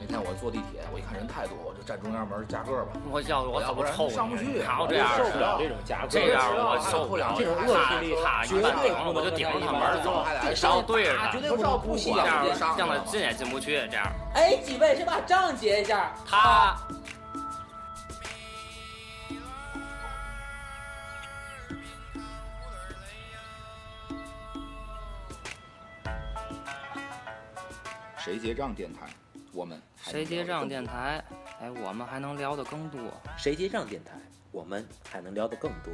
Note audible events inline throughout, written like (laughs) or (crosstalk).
那天我坐地铁，我一看人太多，我就站中央门夹个吧。我要我要怎不么然臭上不去然后这样受不了是这种夹这样我受受不不了了这种恶他势力他绝一般对顶着不我就能顶着他在一门般儿走人，然后上对着打他绝，对不不照照顾顾细细这样节，让他进进也进不去，这样哎，几位谁把账结一下？他。谁结账电台？我们还能谁结聊得账更电多？台？哎，我们还能聊得更多。谁结账电台，我们还能聊得更多。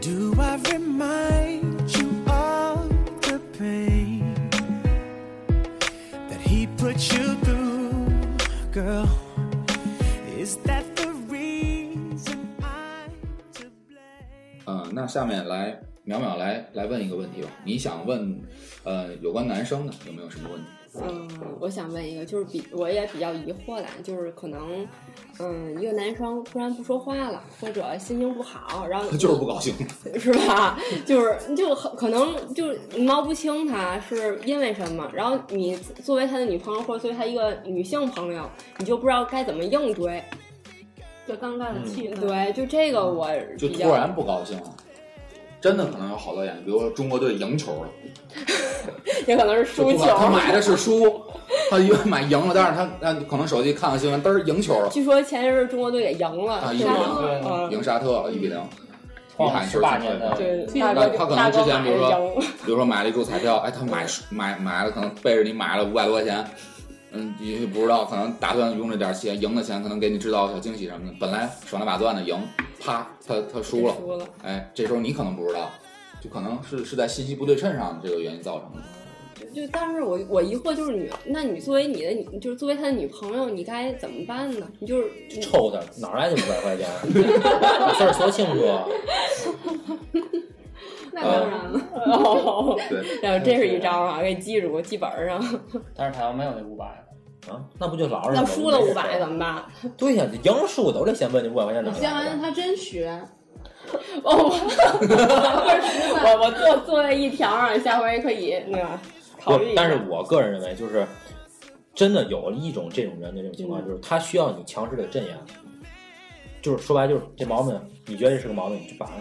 Do I remind you of the pain that he put you through, girl? Is that the reason I'm to blame? 呃，那下面来淼淼来来问一个问题吧。你想问，呃，有关男生的有没有什么问题？嗯，我想问一个，就是比我也比较疑惑的，就是可能，嗯，一个男生突然不说话了，或者心情不好，然后他就是不高兴。是吧？ (laughs) 就是你就很可能就是你摸不清他是因为什么，然后你作为他的女朋友或者作为他一个女性朋友，你就不知道该怎么应对。嗯就尴尬的气氛。，对，就这个我 (laughs) 嗯就比突较然不高兴了，真的可能有好多原因，比如说中国队赢球了，也可能是就输不球管。他买的是输，他以为买赢了，但是他那可能手机看看新闻，嘚儿赢球了，据说前一阵儿中国队也赢了，啊是吧赢了嗯赢沙特了一比零，一创喊了球十进八年了。的对，大那哥他可大能之哥前，买比如说，了赢了。比如说买了一注彩票，哎，他买买买了，可能背着你买了五百多块钱，嗯，你不知道，可能打算用这点钱赢的钱，可能给你制造小惊喜什么的。本来手拿把攥的赢，啪，他他输了，输了。哎，这时候你可能不知道，就可能是是在信息不对称上这个原因造成的。就但是我我疑惑就是你，那你作为你的，你就是作为他的女朋友，你该怎么办呢？你就是你臭的，哪儿来的五百块钱？啊把事儿说清 (laughs) 楚啊。那当然了，哦，对，然后这是一招啊，给记住，记本儿上。但是他要没有那五百了，啊，那不就老实？要输了五百怎？么 (laughs) 办？对呀、赢了输的，我得先问你五百块钱哪儿先完来了的。他真学， (laughs) 哦，我我我做做在一条上，下回可以那个考不虑一，下。但是我个人认为，就是真的有一种这种人的这种情况，嗯就是他需要你强势的镇压。就是说白，就是这毛病，你觉得这是个毛病，你就把它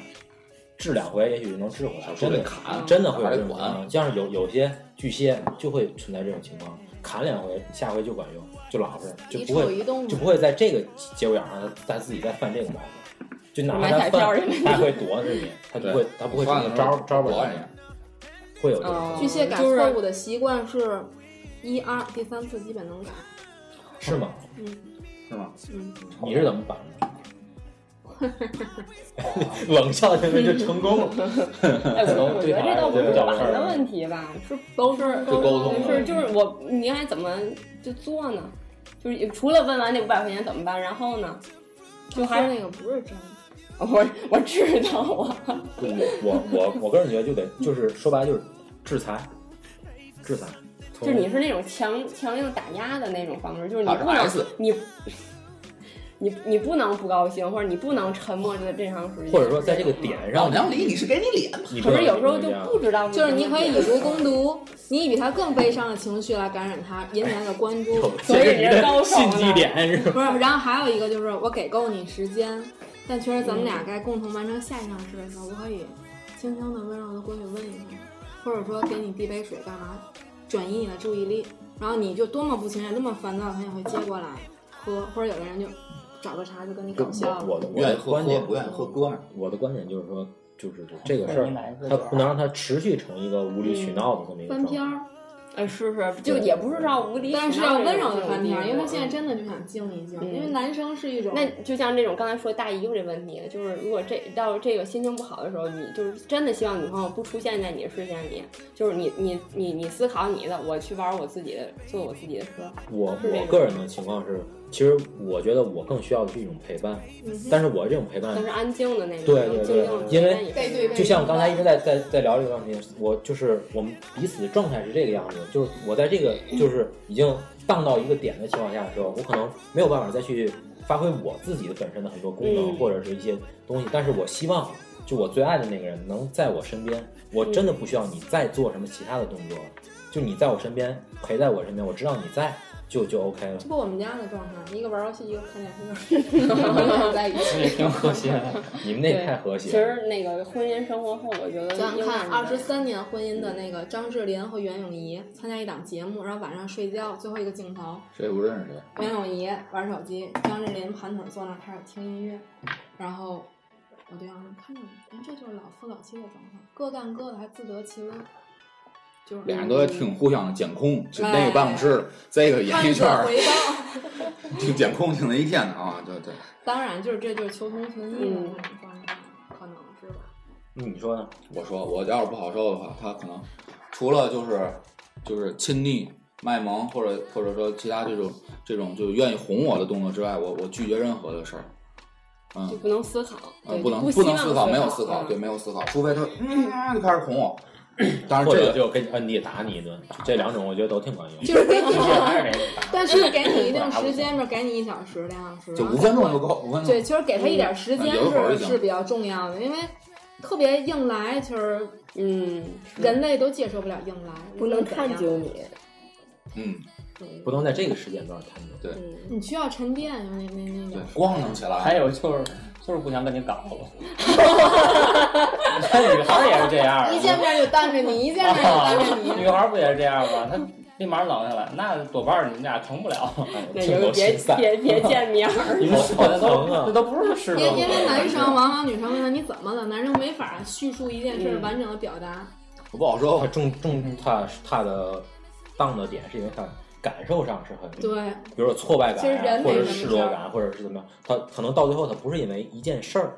治两回，也许就能治回来。说真得的砍，真的会有还这得种嗯情管。况，像是有有些巨蟹就会存在这种情况，砍两回，下回就管用，就老实，就一不臭会一动就不嘛。会在这个节骨眼上他自己再犯这个毛病，就哪怕买他彩票犯儿去，他也会躲着你，他不会他不会主动招招不我了人你，会有这种哦情巨蟹改就是错误的习惯是一二第三次基本能改。况，是吗？是吗？你是怎么办的？ (laughs) 冷笑现在就成功了，哎，我我觉得这倒不是这版个事儿的问题吧，是都是就沟通是就是我你应该怎么就做呢？就是除了问完那五百块钱怎么办，然后呢，就还说是那个不是真的， (laughs) 我我知道啊， (laughs) 我我我我个人觉得就得就是说白了就是制裁，制裁，就从是你是那种强强硬打压的那种方式，就是你他是不能 S，你你你不能不高兴，或者你不能沉默这这长时间，或者说在这个点老上，娘理你是给你脸，你可是有时候不就能这样不知道怎就么是解决，你可以以毒攻毒，你以比他更悲伤的情绪来感染他，引起他的关注。所以你是高手呢信息点是吧？不是，然后还有一个就是我给够你时间，但确实咱们俩该共同完成下一项事的时候，我可以轻轻的、温柔的过去问一下，或者说给你递杯水干嘛，转移你的注意力，然后你就多么不情愿、多么烦躁，他也会接过来喝，或者有的人就找个茶就跟你搞笑了。我嗯的我愿的意喝观喝，点不愿意喝哥们儿。我的观点就是说，就是这个事儿，它不能让它持续成一个无理取闹的这么一个状翻态篇。儿，哎，是是，就也不是说无理取闹但那种地步，是要温柔的翻篇，因为他现在嗯真的就想静一静，嗯因为男生是一种那就像这种刚才说大姨夫这问题，就是如果这到这个心情不好的时候，你就是真的希望女朋友不出现在你的视线里，就是你你你你思考你的，我去玩我自己的，坐我自己的车。我是这我种个人的情况是，其实我觉得我更需要的是一种陪伴，但是我这种陪伴但是安静的那种，对能对静对静的因为背对背就像我刚才一直在在在聊这个问题，我就是我们彼此的状态是这个样子，就是我在这个就是已经荡到一个点的情况下的时候，我可能没有办法再去发挥我自己的本身的很多功能、嗯或者是一些东西，但是我希望就我最爱的那个人能在我身边，我真嗯的不需要你再做什么其他的动作了，就你在我身边陪在我身边，我知道你在就就 OK (laughs) 了这。不我们家的状态，一个玩游戏，一个看电视， (laughs) 在一起。也挺和谐的。你们那对，太和谐其了。实那个婚姻生活后，我觉得想应想该看，是二十三年婚姻的那个张智霖和袁咏仪参加一档节目，然后晚上睡觉，最后一个镜头，谁也不认识谁。袁咏仪玩手机，张智霖盘腿坐那儿开始听音乐，然后我对杨说看着你，哎，这就是老夫老妻的状况，各干各的，还自得其乐，就是俩人都挺互相监控，就那哎个办公室，这个看演艺圈着儿回报。挺监控挺了一天的啊，对对。当然，就是这就是求同存异的那种状态，可能是吧。你说呢？我说我要是不好受的话，他可能除了就是就是亲昵、卖萌或者或者说其他这种这种就愿意哄我的动作之外，我我拒绝任何的事儿。就嗯，不能思考，呃，对不就能不不希能望思考，没有思考，嗯对，没有思考，除非他嗯就开始哄我。当然或这者个就呃给你摁地打你一顿，这两种我觉得都挺管用。就是给你，还是得打但是给 (laughs) 你一定时间，就给你一小时、两小时，就然五后分钟就够，五分钟对，其实给他一点时间嗯有一会儿就是行是比较重要的，因为特别硬来，其实嗯，人类都接受不了硬来，不能探究，究你，嗯，不能在这个时间段谈论。对嗯，你需要沉淀，那那那对个。，咣当起来还。有就是就是不想跟你搞了。 (laughs) 那女孩儿也是这样儿，一见面就单着你，一见 (laughs) 面就单 (laughs) 着啊，你，女孩儿不也是这样吗？她立马冷下来，那多半儿你们俩成不了。哎那就别哎别别见面 (laughs) 儿，你们说的都好疼啊这都不是事因实。为因为男生往往女生问他你怎么了，男生没法叙述一件事儿完整的表达，我不好他说，重重他他的当的点是因为他感受上是很，对，比如说挫败其实感啊，人或者没什么失事落儿感，或者是怎么样，他可能到最后他不是因为一件事儿，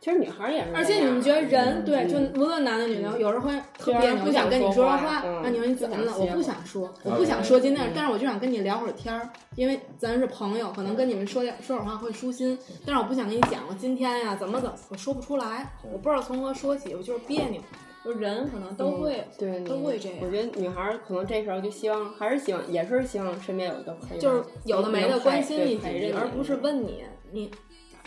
其实女孩儿也是这样，而且你们觉得人对，嗯就无论男的女的，有时候会特有别人不想跟你不想说说话话嗯，那你说你怎么了？不想我接嗯不想说，我不想说今天，但是我就想跟你聊会儿天儿，因为咱是朋友，可能跟你们说点说会儿话会舒心，但是我不想跟你讲我今天呀怎么怎么，我说不出来，我不知道从何说起，我就是别扭，就是人可能都会嗯，对都会这样我觉得女孩儿可能这时候就希望，还是希望，也是希望身边有一个陪伴，就是有的没的能陪关心你对几陪着句，你而不是啊问你你，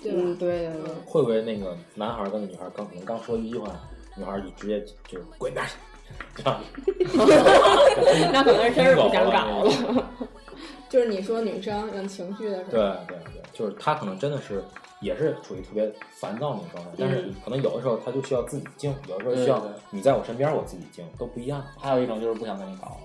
对吧嗯，？对对对，会不会那个男孩跟那女孩刚可能刚说一句话，女孩就直接就滚一边去，这样 (laughs) 啊那可能真是不想搞了。就是你说女生有情绪的时候，对对对，就是他可能真的是也是处于特别烦躁那种状态，但是可能有的时候他就需要自己静，有的时候需要对对对你在我身边我自己静，都不一样。还有一种就是不想跟你搞，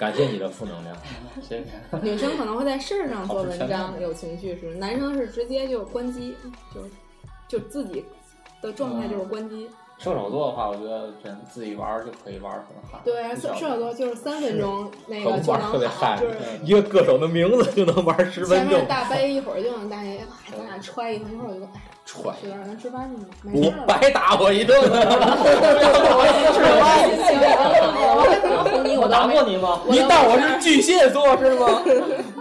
感谢你的负能量。谢谢。女生可能会在事儿上哦做文好章，有情绪是，男生是直接就关机，就就自己的状态就是关哦机。射手座的话，我觉得真自己玩儿就可以玩儿很嗨。对，啊射射手座就是三分钟那可个不就玩儿特别能好，嗨就是，一个歌手的名字就能玩儿十前分钟面。大杯一会儿就能大爷，哎咱俩揣一通，一会儿我就哎，踹，雪儿咱吃饭去吧，没你事儿了。白打我一顿了，我可能哄你，我我打都没过你吗？你当我是巨蟹座是吗？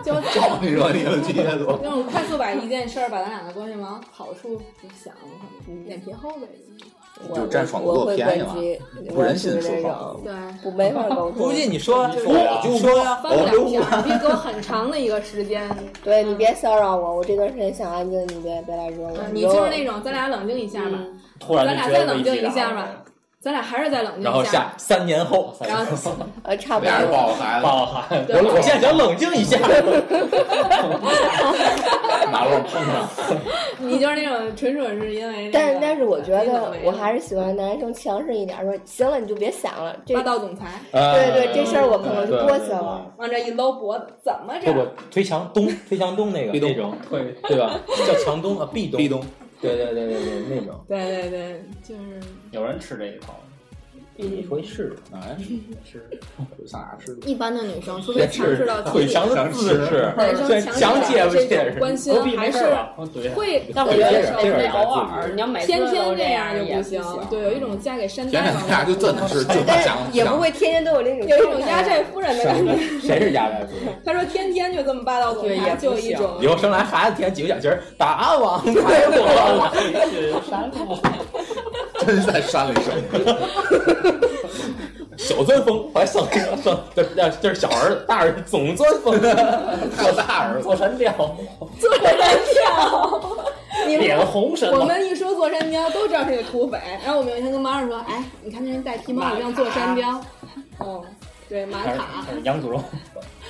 就招你惹你了，巨蟹座。那种快速把一件事儿把咱俩的关系往好处就想，可能脸皮厚呗。就占爽度够便宜嘛，不忍心说就谎。对，我没法沟不 (laughs) 通。信你说，说呀我就说呀。嗯翻两下，你给我很长的一个时间。对你别骚扰我，我这段时间想安静，你别别来惹我。啊嗯你就是那种，咱俩冷静一下吧，突然咱俩就再觉得冷危静机一感下了吧，咱俩还是再冷静一然后下三年后，然 (laughs) 后呃，差不俩人多。抱个孩子，抱孩子，我我现在想冷静一下，马路上碰上，你就是那种纯属是因为那个，但是但是我觉得我还是是喜欢男生强势一点，说行了你就别想了，这霸道总裁，对对这事儿我可能是呃对过去了。往这一搂脖子，怎么对对对着？不不，推墙东，推墙东那个壁咚那种，对，对吧？叫墙东啊，壁咚，壁咚，对对对对对，那种。对对对，就是有人吃这一套。你说试试，哎，(laughs) 吃上哪吃？一般的女生，除非强制到体啊腿力，强的姿势，本身强强姐的夫这也种是，关心狗屁还没事是儿吧？我怼他会但我觉得是得偶尔，你要每次天都天这这样就也不不行行。。对，有一种嫁给山前大两王天俩的，就真的是， (laughs) 就但想是也不会天天都有这种有一种压寨夫人的感觉。谁是压寨夫人？他说天天就这么霸道总对也裁，不就有一行种 (laughs) 以后生来孩子舔几个小鸡儿，答案王太我了。删了。啊真在山里生的。小钻风还上上，这这这是小儿子，大儿子总钻风，做大儿子坐山雕，坐山跳。你们脸红什我么？们一说坐山雕，都知道是个土匪。然后我们有一天跟马二说：“哎，你看那人戴皮帽子像坐山雕。”哦，对，玛还是卡还是杨祖荣，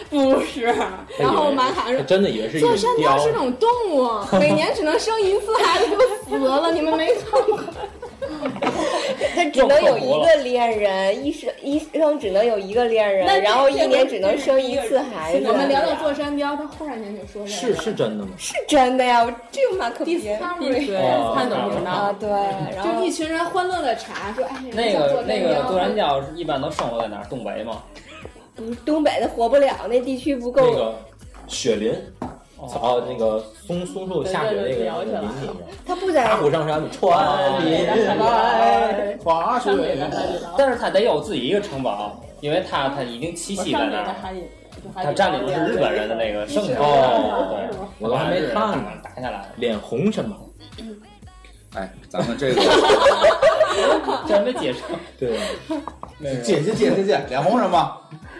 不是。然后玛卡他说。真的以为是一坐个山雕雕是。种动物，每年只能生一次， (laughs) 孩子就死了。你们没看过？他只能有一个恋人，一生一生只能有一个恋人那这，然后一年只能生一次孩子。我们聊聊坐山雕，他忽然间就说这是是真的吗？是真的呀，我这个马克笔，Discovery 哦看懂频啊，道， (laughs) 对，然就后一群人欢乐的查说，哎，那人家个坐那个坐山山雕是一般都生活在哪儿？东北吗？不东北的活不了，那地区不那够，个雪林，哦，那个松松树下雪那个那个林里面， (laughs) 他不大在虎上山哦穿林来滑雪。但是他得有自己一个城堡，因为他他已经栖息在那儿，他占领的是日本人的那个剩下的。哦对，我都还没看呢，打下来了，脸红什么？ (laughs) 哎，咱们 (laughs) 这个这还没解释。对，借借借借借，脸红什 (laughs) 么？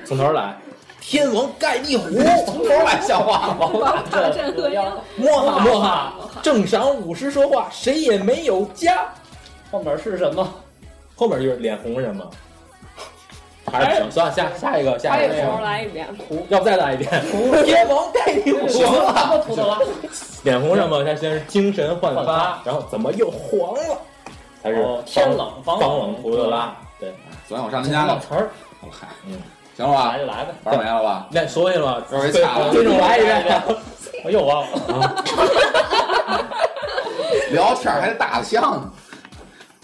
从头来。天王盖地虎，从头来像话吗？王塔镇河妖，莫哈莫哈，正晌午时说话，谁也没有家。后面是什么？后面就是脸红什 (laughs) 么，还哎是不行。算了，下下一个，下还一个有，重来一遍。要不再来一遍？天王盖地虎，行啊 (laughs) 了，秃头了，脸红什么？他先是精神焕焕发发，然后怎么又黄了？才是哦天冷方防冷冷胡子拉。对，昨天我上他家 (laughs) 忘了，词儿，嗨，嗯，行了吧来？就来呗。玩没了吧？那所以嘛，稍微差了对这种来一遍。 (laughs) 我又忘了， (laughs) 啊聊天还打象呢。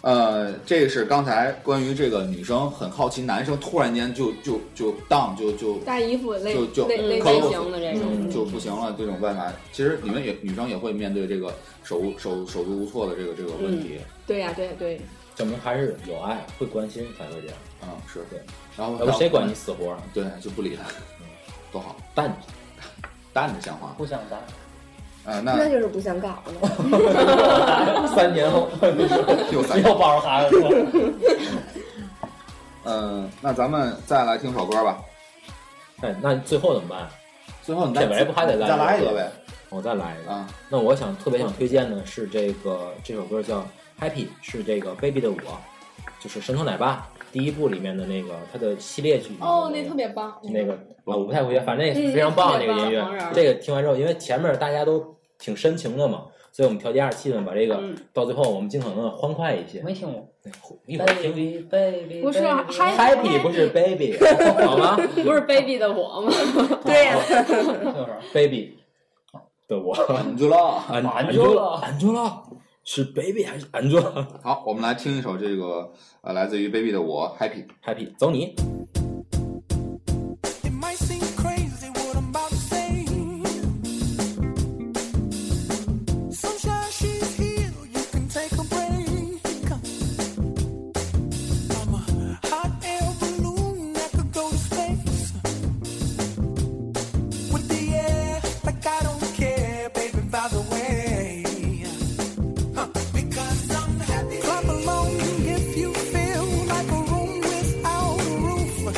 呃，这是刚才关于这个女生很好奇，男生突然间就就就当就就大姨夫类就就类类可类恶型的这种，嗯就不行了这种办法。其实你们也女生也会面对这个手无手手足无措的这个这个问题。对呀，对对，证明还是有爱，会关心才会这样。嗯，是对。然后要不呃谁管你？死活？啊对，就不理他，多好，蛋淡着像话。不想咱。呃，那那就是不想搞了。 (laughs) 三年后 (laughs) 又三又抱着孩子了，嗯，那咱们再来听首歌吧。哎，那最后怎么办？最后你再这回不还得再来一个呗？我再来一个。啊，那我想特别想推荐的是这个这首歌叫《Happy》，是这个 Baby 的我，就是神偷奶爸第一部里面的那个它的系列曲里面的哦，那那个特别棒，那个啊，我不太会反正也嗯非常棒那个特别音棒乐王。这个听完之后，因为前面大家都挺深情的嘛，所以我们调节一下气氛，把这个嗯到最后我们尽可能的欢快一些。没听过。一会儿听 baby，不是啊 baby 嗨 Happy 不是 Baby 好吗不是 baby 的我吗？对呀，就是？Baby 的我你就唠。哎 Angela Angela，Angela 是 Baby 还是 Angela？Happy 好，我们来听一首这个呃，来自于 Baby 的我 Happy。走你。 It might seem crazy what I'm about to say. Sunshine, she's here. You can take a break. I'm a hot air balloon that could go to space. With the air, like I don't care, baby, by the way. Huh. Because I'm happy. Clap along if you feel like a room without a roof.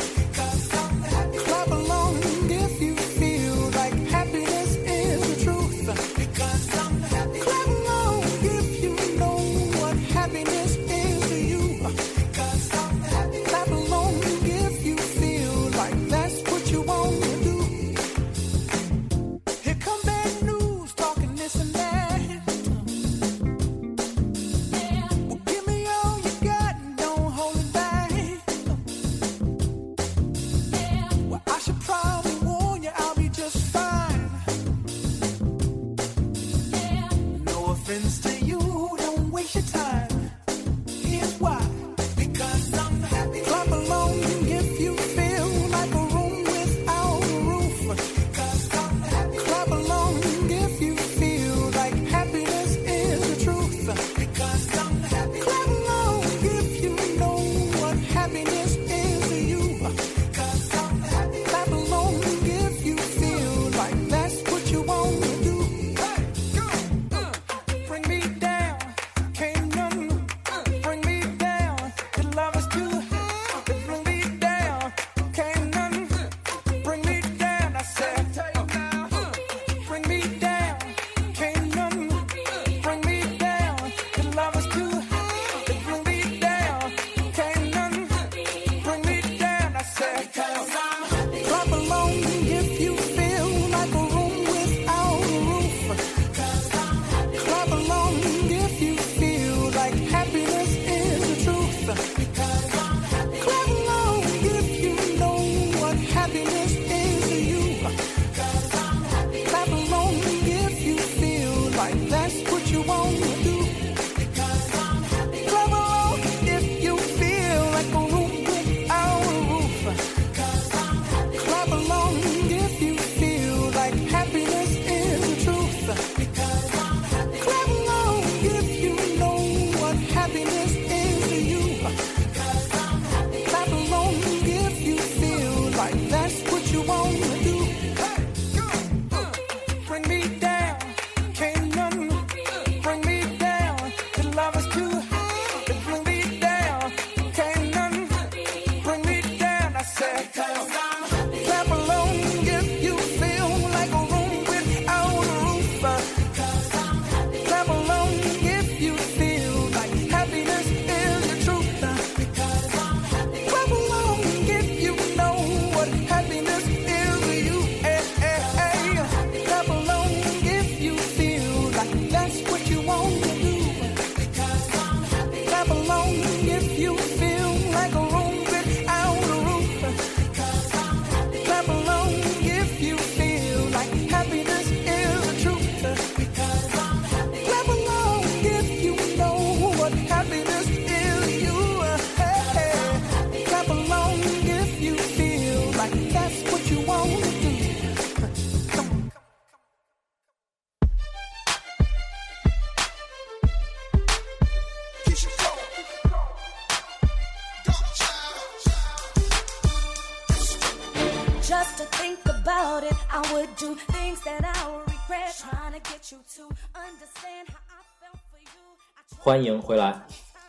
to think about it, I would do things that I would regret. Trying to get you to understand how I felt for you. I tried 欢迎回来，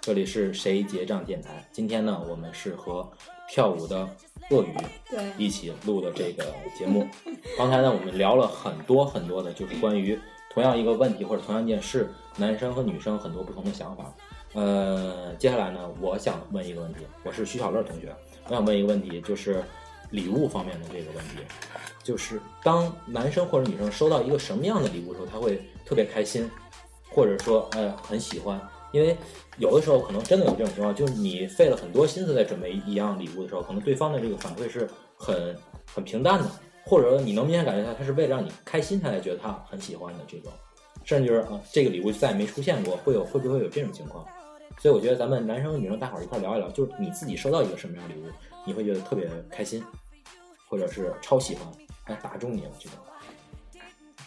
这里是谁结账电台。今天呢，我们是和跳舞的鳄鱼 (laughs) 对一起录的这个节目。刚才呢，我们聊了很多很多的，就是关于同样一个问题或者同样一件事，男生和女生很多不同的想法。呃，接下来呢，我想问一个问题，我是徐小乐同学，我想问一个问题，就是礼物方面的这个问题，就是当男生或者女生收到一个什么样的礼物的时候，他会特别开心，或者说哎呀很喜欢，因为有的时候可能真的有这种情况，就是你费了很多心思在准备一样礼物的时候，可能对方的这个反馈是很很平淡的，或者说你能明显感觉到他是为了让你开心，他才觉得他很喜欢的这种，甚至就是啊这个礼物再也没出现过，会有会不会有这种情况？所以我觉得咱们男生和女生大伙儿一块儿聊一聊，就是你自己收到一个什么样的礼物，你会觉得特别开心，或者是超喜欢，哎，打中你了这种。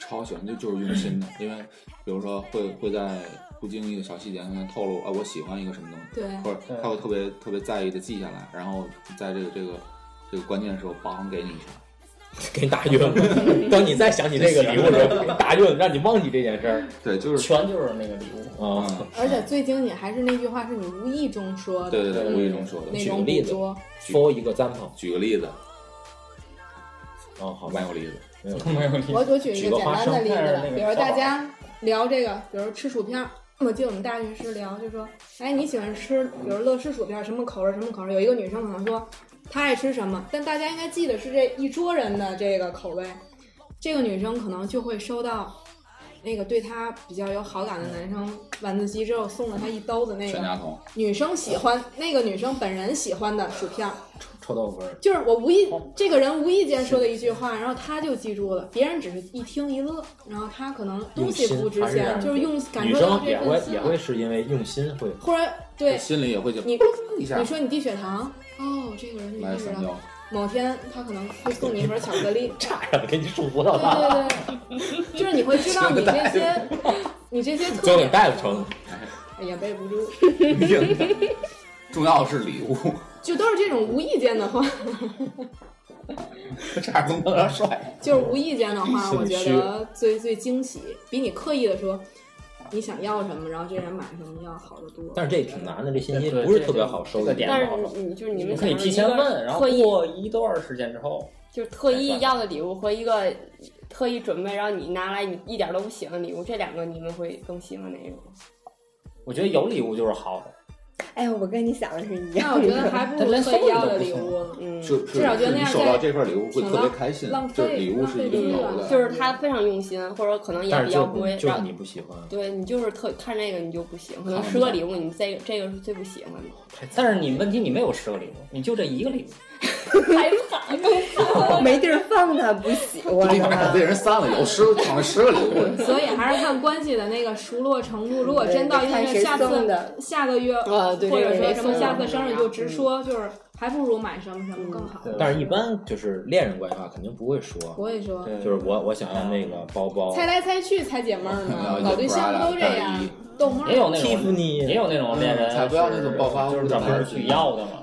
超喜欢，就就是用心的，因为比如说会会在不经意的小细节上面透露啊，我喜欢一个什么东西，对或者他会特别特别在意的记下来，然后在这个这个这个关键时候，帮给你一下，给你打晕了。 (laughs) 当你再想起这个礼物的时候，给你打晕，让你忘记这件事儿对，就是全就是那个礼物。啊。嗯，而且最经典还是那句话，是你无意中说的，对对对，无意中说的。那举个种例捕子捉。 for 一个 example，举个例子，哦，好我吧没，有例子，没有，没有礼我物，我举一个简单的例举个花生子，比如大家聊这个，比如吃薯片儿。我记得我们大学时聊，就说，哎，你喜欢吃，比如乐事薯片儿，什么口味儿，什么口味儿。有一个女生可能说，她爱吃什么，但大家应该记得是这一桌人的这个口味。这个女生可能就会收到那个对她比较有好感的男生晚自习之后送了她一兜子那全个家桶，女生喜欢那个女生本人喜欢的薯片儿。臭豆腐味儿。就是我无意，这个人无意间说的一句话，然后他就记住了，别人只是一听一乐，然后他可能东西不值用心还是钱，就是用感女受到生这也份会心也了会是因为用心 (laughs) 会或者对心里也会就你一下你说你低血糖，哦，这个人就来意识双到椒，某天他可能会送你一盒巧克 (laughs) 力，差点给你送葡萄对糖，对对，就是你会知道你 (laughs) 这些你这些特最后给点带了成。哎呀背不住， (laughs) 重要的是礼物， (laughs) 就都是这种无意间的话，这样能不能帅？就是无意间的话，心里我觉得最最惊喜，比你刻意的说你想要什么，然后这人买什么要好得多。但是这也挺难的，这信对息对不是特别好收这个的。点但是你你就是你你们可以想要提前一个问，然后特意过一段时间之后，就是特意要的礼物和一个特意准备让你拿来你一点都不喜欢的礼物，这两个你们会更喜欢哪一种？嗯嗯我觉得有礼物就是好的。哎呦，我跟你想的是一那样我觉的。得还不如特意要的礼物呢。(laughs) 嗯，是是至少觉得是那你样哎收到这份礼物会特别开心浪，费就是礼物是一定有浪费的，就是他非常用心，或者可能也但比是较就贵，就是然后你不喜欢，对你就是特看这个你就不喜欢，可能看不十个惯礼物你这个这个是最不喜欢的。但是你问题你没有十个礼物，你就这一个礼物，没地儿放它，不喜欢立马可被人删了， (laughs) 有十个躺了十个礼物，所以还是看关系的那个熟络程度。如果真到一定的下看谁送的次下个月，啊对或这者个说谁什送么的下次生日就直说，就是还不如买什么什么更好。但是一般就是恋人关系的话，肯定不会说，我也说，就是我我想要那个包包，猜来猜去才解闷儿然后嘛，就老对象不都 Prada 这大样衣？逗闷也有儿。那蒂芙种尼也有那种恋人嗯才不要那种暴发户是的专男门人去要的嘛，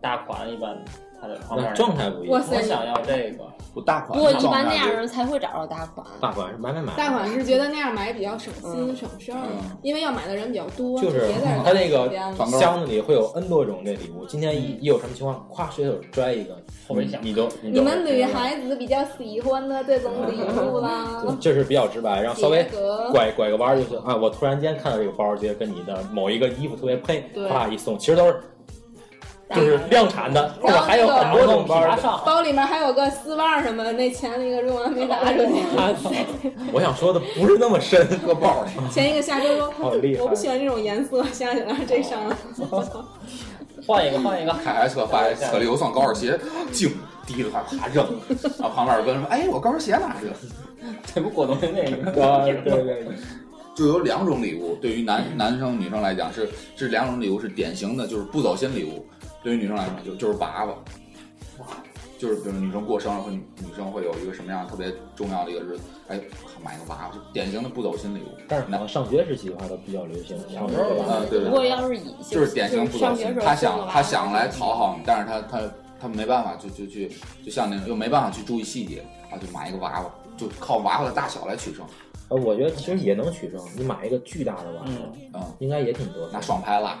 大款一般他的旁那边状态不一哇样。塞我想要这个，我大不款。过一般那样人才会找着大款。大款是买买买，大款是觉得那样买比较省心嗯省事儿嗯，因为要买的人比较多，就是别在这儿他那个浪费时间了团购箱子里会有 N 多种这礼物，今天一一有什么情况，咵随手拽一个，后边想你都你你都们女孩子比较喜欢的这种礼物啦，嗯 (laughs) 这是比较直白，然后稍微结合拐拐个弯儿就是啊，我突然间看到这个包，觉得跟你的某一个衣服特别配，对啪一送，其实都是就是量产的，后然面后还有很多种包爬儿。上，包里面还有个丝袜儿什么的，那前一个用完没拿 (laughs) 出去，我想说的不是那么深，搁包里，前一个下周说好厉害我不喜欢这种颜色，下去拿这上了，换一个换一个，凯还特 (laughs) 发可流算高跟鞋，净提着它啪扔，然后旁边有人说：“哎，我高跟鞋哪去了这不果冻那个啊，对对，？”就有两种礼物，对于男嗯男生女生来讲是这两种礼物是典型的，就是不走心礼物。对于女生来说就就是娃娃，就是比如女生过生日或女女生会有一个什么样特别重要的一个日子，哎，买个娃娃，就典型的不走心礼物。但是可能上学时期的话都比较流行，小时候吧啊，对对不对过要是以就是典型不走上学心时。候他想送的吧他想来讨好你，但是他他他们没办法就就去，就像那种又没办法去注意细节啊，就买一个娃娃，就靠娃娃的大小来取胜呃，我觉得其实也能取胜，你买一个巨大的娃娃，嗯，啊、嗯，应该也挺多。拿爽拍拉，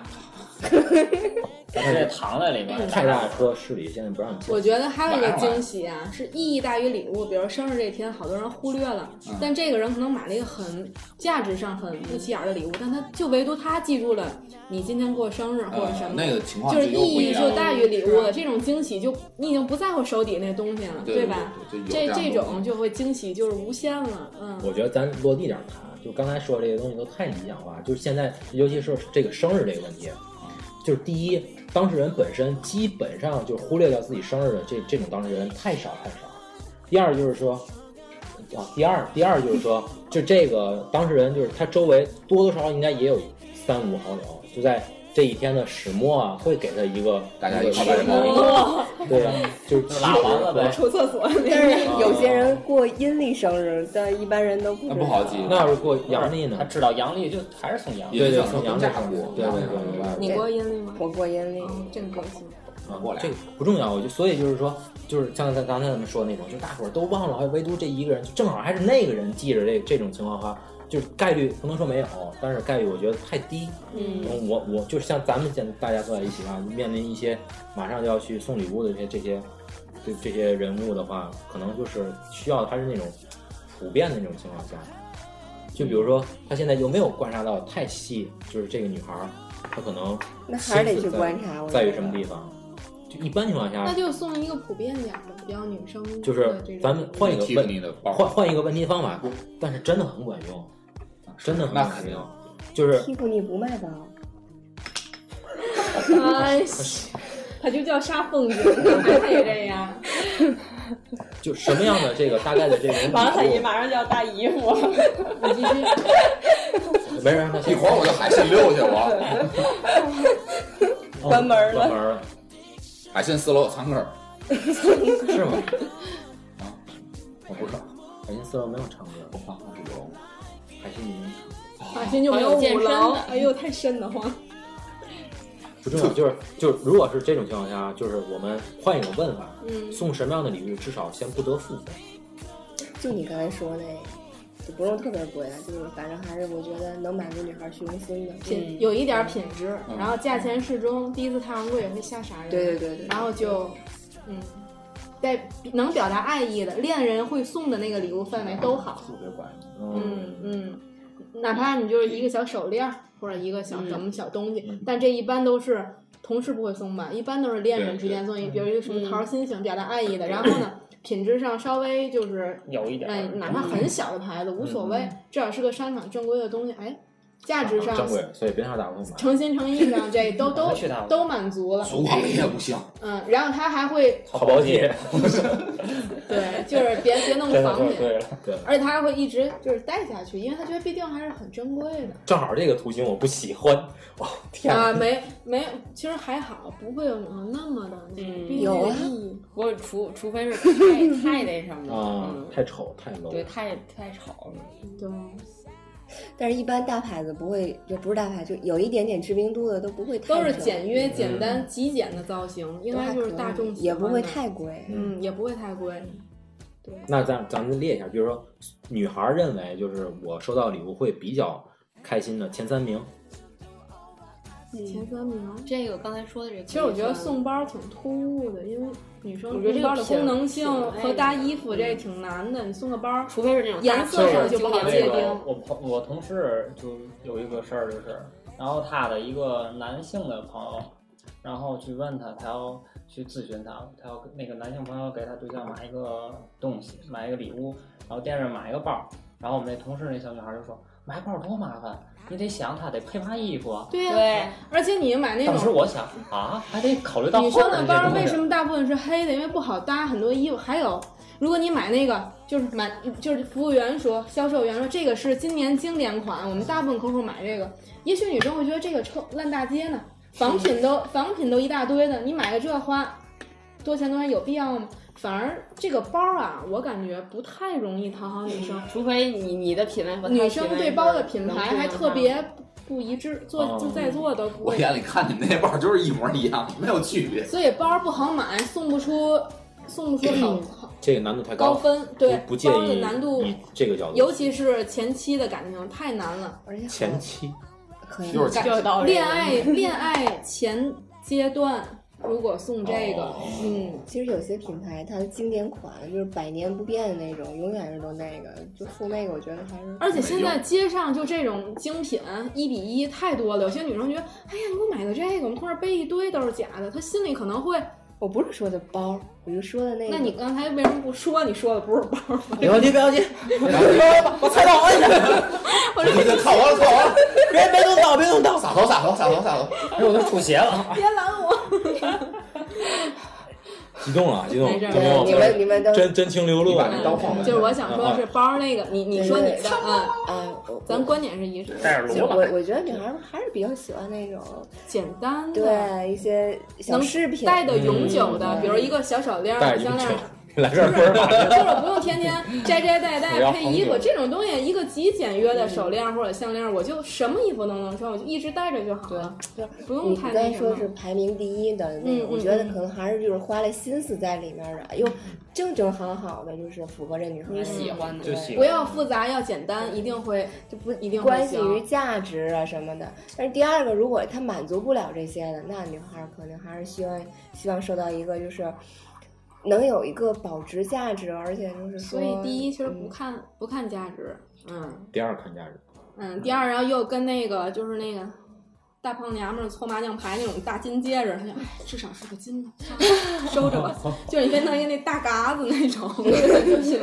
咱这糖在里面，太大的车市里现在不让进。我觉得还有一个惊喜啊，是意义大于礼物。比如生日这天，好多人忽略了，嗯但这个人可能买了一个很价值上很不起眼儿的礼物，但他就唯独他记住了你今天过生日或者什呃，么，那个情况就是又不意一义样就了，啊大于礼物了。这种惊喜就你已经不在乎手底那东西了，对对吧？？对就这有这样的东种西就会惊喜就是无限了，嗯。我觉得咱落地点儿谈，就刚才说这些东西都太理想化，就是现在，尤其是这个生日这个问题，啊就是第一，当事人本身基本上就忽略掉自己生日的这这种当事人太少太少。第二就是说，啊，第二第二就是说，就这个当事人就是他周围多多少少应该也有三五好友，就在这一天的始末啊，会给他一个大家一一块个儿一个对，啊就是嗯就拉完了呗。出厕所，但是 (laughs) 有些人过阴历生日，但一般人都不那知不道好记，那要是过阳历他呢？知道阳历就还是送阳历，对对，也送阳历炸上过对对对对。你过阴历吗？哦我过阴历，这个高兴。啊过来这个不重要，我就所以就是说，就是像咱刚才咱们说的那种，就大伙儿都忘了，还唯独这一个人，就正好还是那个人记着这这种情况的话，就是概率不能说没有，但是概率我觉得太低。嗯，嗯我我就是像咱们现在大家坐在一起啊，面临一些马上就要去送礼物的这些这些这这些人物的话，可能就是需要他是那种普遍的那种情况下，就比如说他现在有没有观察到太细，就是这个女孩儿，她可能那还是得去观察。我觉得在于什么地方？就一般情况那下，就送一个普遍点儿的，比较女生的这种。就是咱们换一个提问你的包，换换一个问题方法，但是真的很管用，啊真的很那管肯定用。就是欺负你不卖包，哎， (laughs) 他就叫杀凤姐，还得这样。就什么样的这个大概的这种礼物，马上就要大姨夫，你继续，没人让他一 (laughs) 先会儿我就海信溜去， (laughs) 我关门了哦关门了海信四楼藏根儿，是吗？啊，我不知道，海信四楼没有唱歌，我放二十楼，海信已经马新啊就没有健五身楼的，哎呦，太深的慌。不重要，就是就是，如果是这种情况下，就是我们换一种问法，嗯，送什么样的礼物，至少先不得负分。就你刚才说那个，就不用特别贵了，就是反正还是我觉得能满足女孩虚荣心的。品有一点品质，嗯然后价钱适中，第一次踏上贵也会吓傻人。对对对对，然后就，嗯，在能表达爱意的恋人会送的那个礼物范围都好。特别管用。嗯，嗯，哪怕你就是一个小手链儿或者一个小什么小东西，嗯但这一般都是同事不会送吧，一般都是恋人之间送一，比如一个什么嗯桃心形表达爱意的，然后呢，品质上稍微就是，有一点哎，儿，哪怕很小的牌子无所谓，至少是个商场正规的东西，哎，价值上珍贵，啊所以别上打工买。诚心诚意上这都都我去趟都满足了，祖广林也不行，嗯，然后他还会淘宝姐，对，就是别别弄真的仿就是品。对了，而且他还会一直就是带下去，因为他觉得毕竟还是很珍贵的。正好这个图形我不喜欢。哦天啊，哪！没没有，其实还好，不会有女生那么的那个嗯对有啊意义。我 (laughs) 除除非是太太那什么啊了，，太丑太 low 嗯，对，太太吵了，对，但是一般大牌子不会，就不是大牌，就有一点点知名度的都不会太都是贵简约、简单、极简的造型，应都还该可以就是大众喜欢的也不会，太贵。嗯，也不会太贵。那咱咱们列一下，比如说，女孩认为就是我收到礼物会比较开心的前三名，嗯前三名，这个刚才说的这个，其实我觉得送包挺突兀的，因为女生我觉得这送个包的品功能性品类和搭衣服嗯这挺难的，你送个包，啊除非是那种颜色上就不好界那定个我朋我同事就有一个事儿，就是，然后他的一个男性的朋友，然后去问他，他要去咨询他，他要那个男性朋友给他对象买一个东西，买一个礼物，然后店上买一个包，然后我们那同事那小女孩就说，买包多麻烦，你得想他得配嘛衣服啊。对呀，对，而且你买那当时种。我想啊，还得考虑到哎女后生面的这包东西为什么大部分是黑的？因为不好搭很多衣服。还有，如果你买那个，就是买就是服务员说、销售员说这个是今年经典款，我们大部分客户买这个，也许女生会觉得这个臭烂大街呢，仿品都仿品都一大堆的，你买个这花多钱多钱有必要吗？反而这个包啊，我感觉不太嗯容易讨好女生。除非你你的品味和他的女品生味对包的品牌还特别不一致，哦做就在座都不我会。眼里看你们那包就是一模一样，没有区别。所以包不好买，送不出，送不出好好这个难度太高嗯高，分。对，不不建包的议嗯难度，以这个角度，尤其是前期的感情太难了。而且好前期可以就是就到这个恋爱恋爱前阶段，如果送这个，哦嗯，其实有些品牌它的经典款就是百年不变的那种，永远是都那个，就送那个，我觉得还是而且现在街上就这种精品一比一太多了，有些女生觉得，哎呀，你给我买个这个，我们或者背一堆都是假的，她心里可能会，我不是说的包，我就说的那个。那你刚才为什么不说你说的 (laughs) 不是包吗？别着急，别着急， (laughs) 我猜到了，套完了，套完了，别别动刀，别动刀，撒头，撒头，撒头，撒头。哎，我都吐血了。别拦我，激动了，激动没事了，儿嗯怎么对你们你们都真真情流露啊你把了那刀放就是我想嗯说是包那个，你你说你的，嗯，啊，我咱观点是一致的，带着我锣吧，我觉得女孩儿还是比较喜欢那种简单的，对一些小能饰品，戴的永久的，嗯比如一个小手链儿、带着永项链久儿。 (laughs) 来这儿啊不是 (laughs) 吧？就是不用天天摘摘 (laughs) 戴我要戴配红衣服酒这种东西，一个极简约的手链或者项链，我就什么衣服都能穿，我就一直戴着就好了，嗯对不用你你太刚那才什说么。是排名第一的那嗯种，我嗯觉得嗯可能还是就是花了心思在里面的，又正正好好的，就是符合这女孩儿你的喜欢的对就喜不要复杂，要简单，一定会就不一定会关系行于价值啊什么的。但是第二个，如果她满足不了这些的，那女孩儿可能还是希望希望收到一个就是能有一个保值价值，而且就是嗯所说，以第一其实不嗯看不看价值，嗯第二看价值，嗯。第二，然后又跟那个就是那个。大胖娘们儿搓麻将牌那种大金戒指，她就哎，至少是个金的， (laughs) 收着吧。就是你可以弄一个那大嘎子那种，品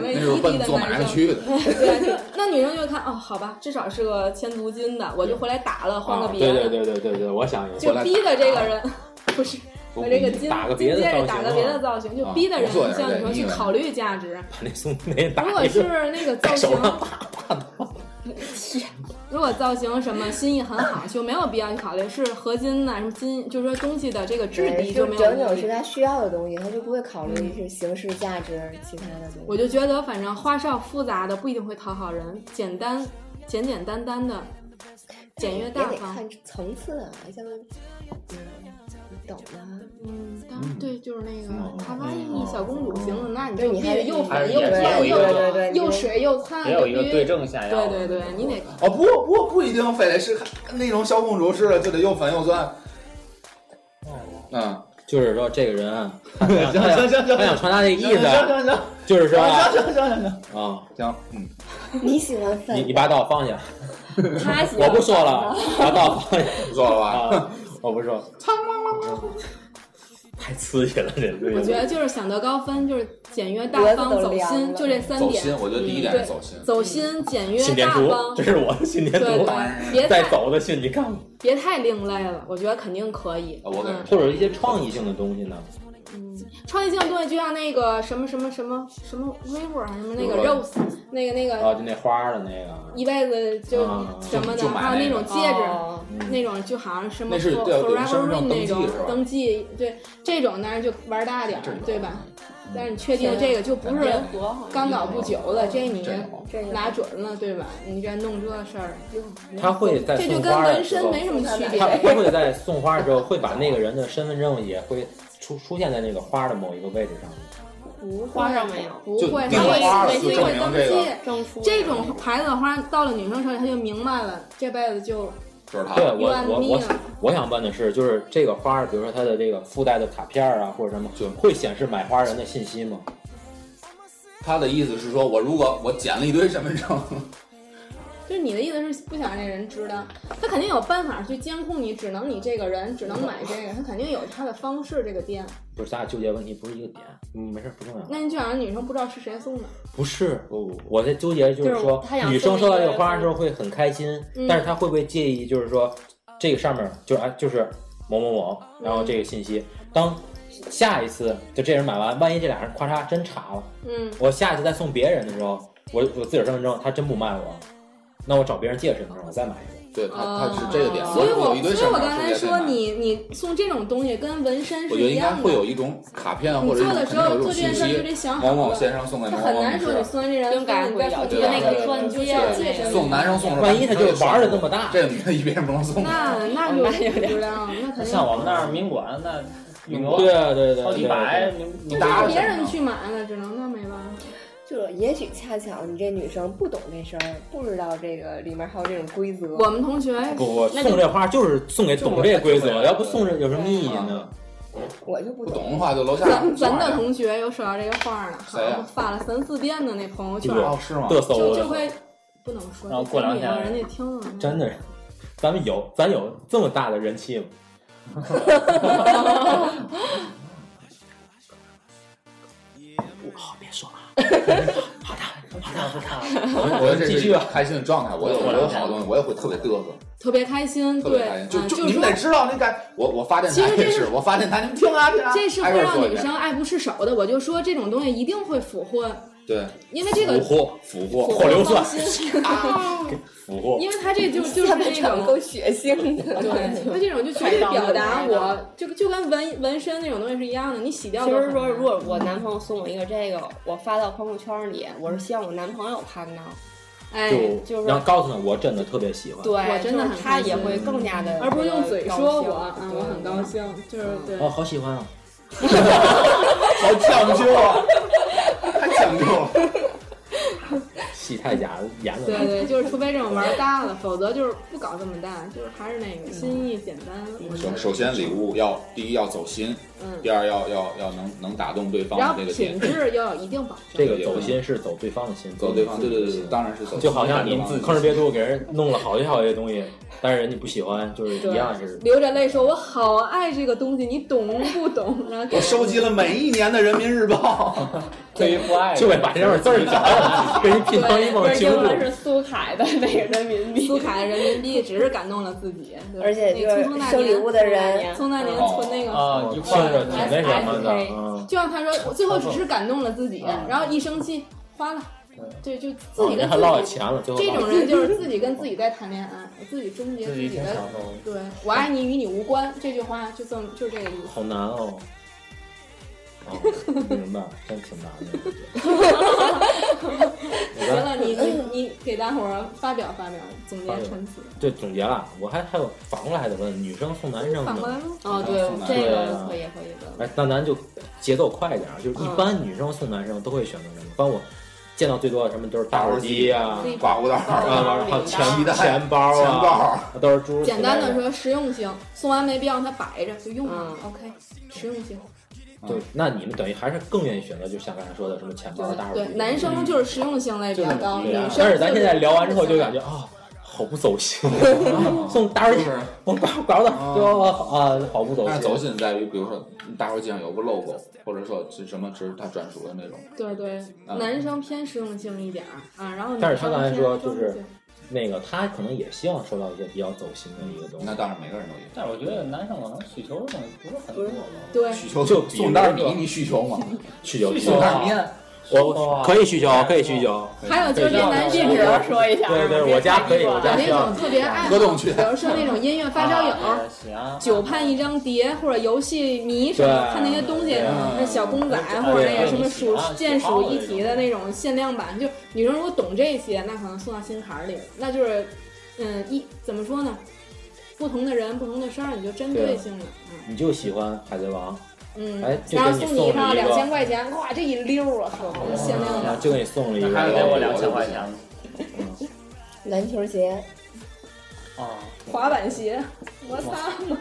味那低是低奔的做买男卖生。去的，对，就那女生就看哦，好吧，至少是个千足金的，我就回来打了，换个别对的，啊对对对对对，我想也是就逼的这个人，不是我把这个金打个金别的戒造指型打个别的造型，就逼的人啊我做点像这你说腻去歪考虑价值。把那送那打如果一是个，那 (laughs) 个造型手，如果造型什么心意很好，就没有必要去考虑是合金呐、什么金，就是说东西的这个质对地哎就就没整有整意是义。她需要的东西，她就不会考虑是形式价值啊其他的东西。我就觉得，反正花哨复杂的不一定会讨好人，简单简简单单的，简约大也得方。看层次啊，像嗯，你懂 (laughs) 的。嗯，当然对，就是那嗯个卡哇伊小公主型的，那你对就你必还须又还粉是又也是甜有一个又对对对又水又灿，也有一个必须对症下药。对对对，你得嗯哦不不不一定非得是那种小公主似的，就得又粉又钻。嗯，哎就是说这个人啊，他 (laughs) 行想行行行他想传达的意思行啊，行行就是说啊行行行行行啊，哎行，嗯，你喜欢你粉你把刀放下， (laughs) 他喜我欢不说 (laughs) 了，把刀放下不错了吧？啊， (laughs) 我不说，太刺激了，这我觉对，得就是想得高分，就是简约大方、脖子都走凉心，了就这三走点嗯心，。我觉得第一点是走心。走心、简约信、点大图，方这，是我的信点对图，对，别再太走的信，你看我，别太另类了，我觉得肯定可以。啊我给嗯或者一些创意性的东西呢，嗯，创意性的东西就像那个什么什么什么什么 river 还是什么那个对 rose，那个那个啊，就那花儿的那个，一辈子就什么哦啊就的，买还有那那个种戒指，哦嗯那种就好像什么那是 for- 对对身 forever 份证 ring 那登记是吧种登记，对这种当然就玩大点儿这嗯个，对吧？但是你确定这个就不是人活好像刚搞不久的，这你这个这个拿准了，对吧？你这弄这事儿，他会在这就送跟花儿纹的时身候，没什么区他 (laughs) 别。他会在送花的时候会把那个人的身份证也会出出现在那个花的某一个位置上面。不花上没有不就会，订他会花了对就他会证明登这个记。证书这种牌子的花到了女生手里，她就明白了，这辈子就就是他对有我按我密我了想我想问的是，就是这个花儿，比如说它的这个附带的卡片儿啊，或者什么，会显示买花人的信息吗？他的意思是说，我如果我捡了一堆身份证，就是你的意思是不想让这人知道，他肯定有办法去监控你，只能你这个人只能买这个，他肯定有他的方式。这个店，不是，咱俩纠结问题不是一个点，嗯，没事儿，不重要。那你就想让女生不知道是谁送的，不是，哦我在纠结就是就是说他，想女生收到这送一个个花儿之后会很开心，嗯但是她会不会介意？就是说，这个上面就是啊，就是某某某，然后这个信息，当下一次就这人买完，万一这俩人咔嚓真查了，嗯，我下一次再送别人的时候，我我自个儿身份证他真不卖我，那我找别人借身份证，我再买一个。对他他是这个点，哦所以啊我有我一堆所以事儿我想刚才出说来再买你你送这种东西跟纹身我是觉得一应该样的。会有一种卡片你或者做一种的肯时定候有一做种这信件事儿就息得，想好某某了，先生送给他某很某难女说你士，送完这人，应该你该会送了这解对个吧那人个钻戒钻戒什么的送男生送的话万一他就玩的那么大，这女的一别人不能送，那那就不知道，那肯定像我们那儿民馆那旅游对啊对对对，好几百，民就民让达别人去买了，只能那没办法。就是也许恰巧你这女生不懂这事儿，不知道这个里面还有这种规则。我们同学不不，那就送这花就是送给懂这规则，要不送这有什么意义呢？我就不 (laughs) 不懂的话就楼下咱送咱的来同学有收到这个画呢，好谁呀像发了三四遍的那朋友圈，对哦是吗？嘚瑟就我就会不能说，然后过两天这人家听了真的，咱们有咱有这么大的人气吗？不知道是他，我觉得这继是续一个吧开心的状态。我有我有好东西，我也会特别嘚瑟，特别开心，特对，别开啊心。就就是你们说得知道那该我我发电台其实这也是，我发电台你们听啊听啊，这是挨会个让做女一遍生爱不释手的。我就说这种东西一定会腐货，对因为这个俘获俘获货硫酸，俘获因为他这就就是下半那场种够。血腥的。对， (laughs) 他这种就绝对表达我，就就跟纹纹身那种东西是一样的，你洗掉其就实好说，如果我男朋友送我一个这个，我发到朋友圈里，我是希望我男朋友看到，哎，就就让是告诉他我真的特别喜欢。对，我真的就是很他开心也会更加的，而不是用嘴说我，嗯，嗯，我很高。兴，就是嗯对哦，。好喜欢啊！好讲究啊，太讲究了。戏太假演对的，对，就是除非这种玩大了，否则就是不搞这么大，就是还是那个心意简单。嗯我觉首得首先礼物要第一要走心，嗯，第二要要要能能打动对方然的后这个品点，质要有一定保证。这个走心是走对方的心，走对方对对对对，对。当然是走心就好像对你方吭哧瘪肚给人弄了好些好些东西，但是人家不喜欢，就是一样是流着泪说：“我好爱这个东西，你懂不懂？”然后我收集了每一年的《人民日 (laughs) 报》，对于不爱就得把这本字儿找了，给你拼成一不本是清英楚文。是苏凯的那个人民币，苏 (laughs) 卡的人民币只是感动了自己，对而且就那是匆匆那收年礼物的人，匆匆那哦年存那个，啊一块听着挺儿那什么的， SSK 嗯，就像他说，我最后只是感动了自己，然后一生气花了，对，就自己哦人跟嗯还落了自己。钱了，最后这种人就是自己跟自己在谈恋爱，自己终结自己己挺享的。受的。对我爱你与你无关这句话就这么就这个意思。好难 (laughs) 哦。哦，明白，真挺难的。我觉得行了，你你你给大伙儿发表发表总结发表陈词，对，总结了，我还还有反过来还得问，女生送男生反过来呢？吗？哦，对，这个可以可以的。哎，那咱就节奏快点儿，就是一嗯般女生送男生都会选择什么？反正我见到最多的什么都是打火机呀、自己刮胡刀、啊，嗯钱啊，还有钱皮带钱包啊，包，都是猪。简单的，说实用性，送完没必要让它摆着就用了。嗯 OK，实用性。嗯对，那你们等于还是更愿意选择，就像刚才说的什么钱包、打火对，机。男生就是实用性类比较高，女对啊生。但是咱现在聊完之后就感觉啊。好不走心，嗯啊 (laughs) 送打火就机，是。我搞搞的就啊，好不走但心。是走心在于，比如说打火机上有个 logo，或者说是什么，只是它专属的那种。对对，嗯男生偏实用性一点儿啊，然后女但是他生刚才偏说就装是饰那个他可能也希望收到一些比较走心的一个东西那。当然每个人都有。但是我觉得男生可能需求的东西不是很不多是吧。对需求就比如送袋说米，你需求吗？需求，送袋面，我可以需求，可以需求。还有就是这男这生只能说一下，对嗯对，我家可以，我有家那需要种。特别爱好，河东去比如说那种音乐发烧友。啊行，久盼一张碟，或者游戏迷什对么，看那些东西，对嗯哎那小公仔对或者那个什么对属喜欢键喜好鼠的一这体种的那种限量版，就女生如果懂这些，那可能送到心坎儿里了。那就是，嗯，一怎么说呢？不同的人，不同的事儿，你就针对对性的，嗯。你就喜欢海贼王，嗯哎，就然后给你送送一了一套两个千块钱，哇，这一溜儿啊，可限量啊的。就给你送了一嗯那个。还是给我两千块钱吧篮球鞋，啊。滑板鞋，摩擦嘛，